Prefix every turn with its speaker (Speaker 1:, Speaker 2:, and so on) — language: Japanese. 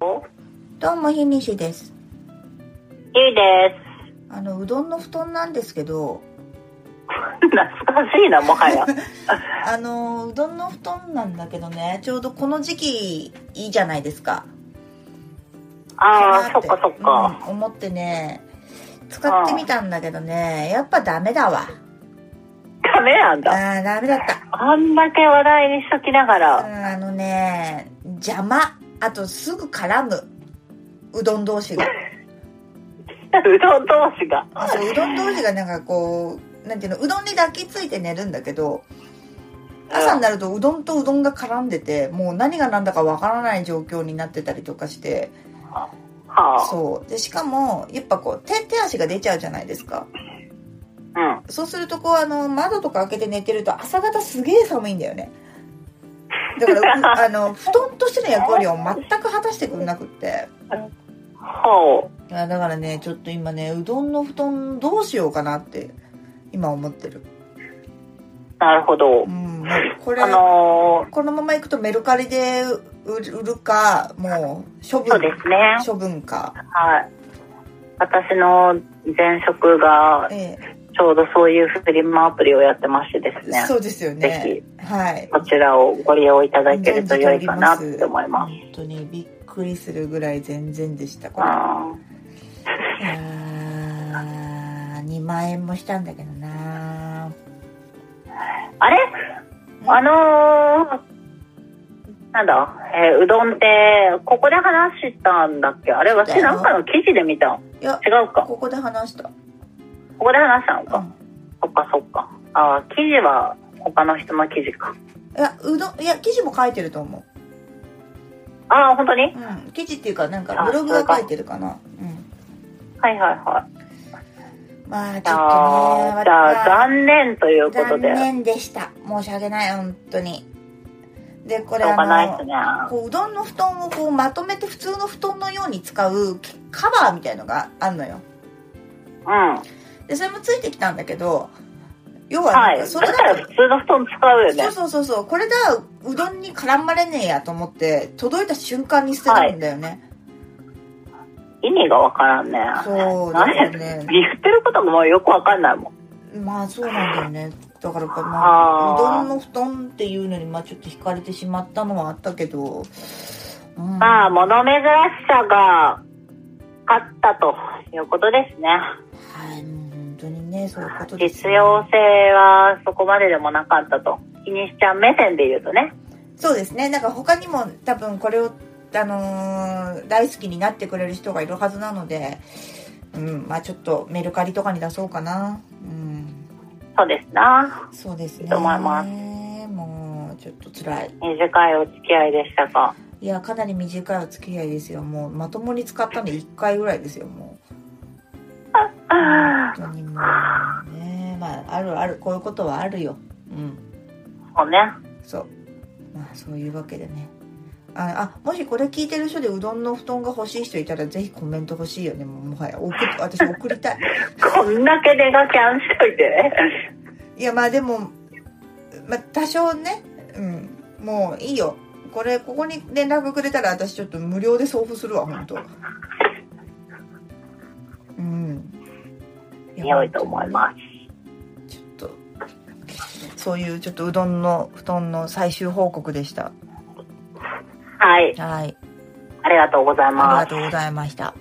Speaker 1: どうもひにしです
Speaker 2: ゆいで
Speaker 1: あのうどんの布団なんですけど
Speaker 2: す。 懐かしいな、もは や。
Speaker 1: あのうどんの布団なんだけどねちょうどこの時期いいじゃないですか
Speaker 2: あ
Speaker 1: な
Speaker 2: あ、
Speaker 1: ー
Speaker 2: そっかそっか。
Speaker 1: うん思ってね使ってみたんだけどねやっぱダメだわ
Speaker 2: ダメな
Speaker 1: あ
Speaker 2: んだ。
Speaker 1: ーダメだった
Speaker 2: あんだけ話題にしときなが
Speaker 1: う
Speaker 2: ら。
Speaker 1: んあのね邪魔あとすぐ絡むうどん同士が
Speaker 2: うどん同士が。
Speaker 1: あそううどん同士がなんかこうなんていうのうどんに抱きついて寝るんだけど朝になるとうどんとうどんが絡んでてもう何が何だかわからない状況になってたりとかして
Speaker 2: は
Speaker 1: そうでしかもやっぱこう手手足が出ちゃうじゃないですか
Speaker 2: あ。
Speaker 1: そうするとこうあの窓とか開けて寝てると朝方すげえ寒いんだよねだからうあの布団としての役割を全く果たしてくれなくって
Speaker 2: うん。は
Speaker 1: あだからねちょっと今ねうどんの布団どうしようかなって今思ってる
Speaker 2: あ。なるほど
Speaker 1: う。ん、もうこれ、
Speaker 2: あの
Speaker 1: このまま行くとメルカリで売る売るか、もう処
Speaker 2: ー、そう
Speaker 1: 分、
Speaker 2: ですね。
Speaker 1: 処分か。
Speaker 2: はい。私の前職が
Speaker 1: え
Speaker 2: ちょうどそういうフリマアプリをやってましてです
Speaker 1: え
Speaker 2: ね。
Speaker 1: そうですよね
Speaker 2: ぜ。
Speaker 1: はい。
Speaker 2: こちらをご利用いただけると良いかなって思います。
Speaker 1: 本当にびっくりするぐらい全然でした、これ。
Speaker 2: あ
Speaker 1: いやー、2万円もしたんだけどな
Speaker 2: ーあれあのー、なんだ、えーうどんって、ここで話したんだっけあれ、私なんかの記事で見た。
Speaker 1: いや、
Speaker 2: 違うか。
Speaker 1: ここで話した。
Speaker 2: ここで話したの
Speaker 1: う
Speaker 2: か。
Speaker 1: ん。
Speaker 2: そっかそっか。あー記事は他の人の記事か。
Speaker 1: いや、うどん、いや、記事も書いてると思
Speaker 2: ああ、本当に
Speaker 1: う。うん。記事っていうか、なんかブログが書いてるかな。うん。
Speaker 2: はいはいはい。
Speaker 1: まあ、ちょっと
Speaker 2: あ
Speaker 1: ね、
Speaker 2: ーじゃ
Speaker 1: ま
Speaker 2: あ、
Speaker 1: た
Speaker 2: 残念ということで。
Speaker 1: 残
Speaker 2: し
Speaker 1: 念でした申し訳ない本当にでこれ
Speaker 2: ょうがない
Speaker 1: あ
Speaker 2: です
Speaker 1: の
Speaker 2: ね。
Speaker 1: こううどんの布団をこうまとめて普通の布団のように使うきカバーみたいのがあるのよ
Speaker 2: うん。
Speaker 1: でそれもついてきたんだけど要は
Speaker 2: は
Speaker 1: なん
Speaker 2: い。
Speaker 1: かそ
Speaker 2: だ
Speaker 1: れだ
Speaker 2: ったら
Speaker 1: と、
Speaker 2: 普通の布団使うよね
Speaker 1: そう。そうそうそうこれだうどんに絡まれねえやと思って届いた瞬間に捨てるんだよね、
Speaker 2: 意味がわからんね。
Speaker 1: そうだ
Speaker 2: 何
Speaker 1: よ
Speaker 2: 言
Speaker 1: ね
Speaker 2: ってることももうよくわかんないもん。
Speaker 1: まあそうなんだよねだからやっぱまあ
Speaker 2: あ
Speaker 1: うど
Speaker 2: ー
Speaker 1: んの布団っていうのにまあちょっと惹かれてしまったのはあったけど、うん、
Speaker 2: まあ、物珍しさが勝ったということですね。
Speaker 1: はい、もう本当にね、そういうことです、
Speaker 2: 実
Speaker 1: ね。
Speaker 2: 用性はそこまででもなかったと。気にしちゃう目線で言うとね。
Speaker 1: そうですね。なんか他にも多分これを、あのー大好きになってくれる人がいるはずなので、うん、まあちょっとメルカリとかに出そうかな。うん、
Speaker 2: そうですな。
Speaker 1: そうです
Speaker 2: い
Speaker 1: ね。
Speaker 2: いと思います
Speaker 1: もう、ちょっと辛い。
Speaker 2: 短いお付き合いでしたが。
Speaker 1: いや、かなり短いお付き合いですよ。もう、まともに使ったの1回ぐらいですよ、もう。本当にもう、ね。まあ、あるある、こういうことはあるよ。うん。
Speaker 2: そうね。
Speaker 1: そうまあそういうわけでねああもしこれ聞いてる人でうどんの布団が欲しい人いたらぜひコメント欲しいよねもうもはや送っ私送りたい
Speaker 2: こんだけネガキャンしといてね。
Speaker 1: いやまあでも、まあ、多少ねうんもういいよこれここに連絡くれたら私ちょっと無料で送付するわ本当うんや
Speaker 2: 良いと思います。
Speaker 1: ちょっとそういうちょっとうどんの布団の最終報告でした
Speaker 2: はい。
Speaker 1: はい
Speaker 2: ありがとうござい
Speaker 1: あ
Speaker 2: ま
Speaker 1: りが
Speaker 2: す
Speaker 1: と。うございました。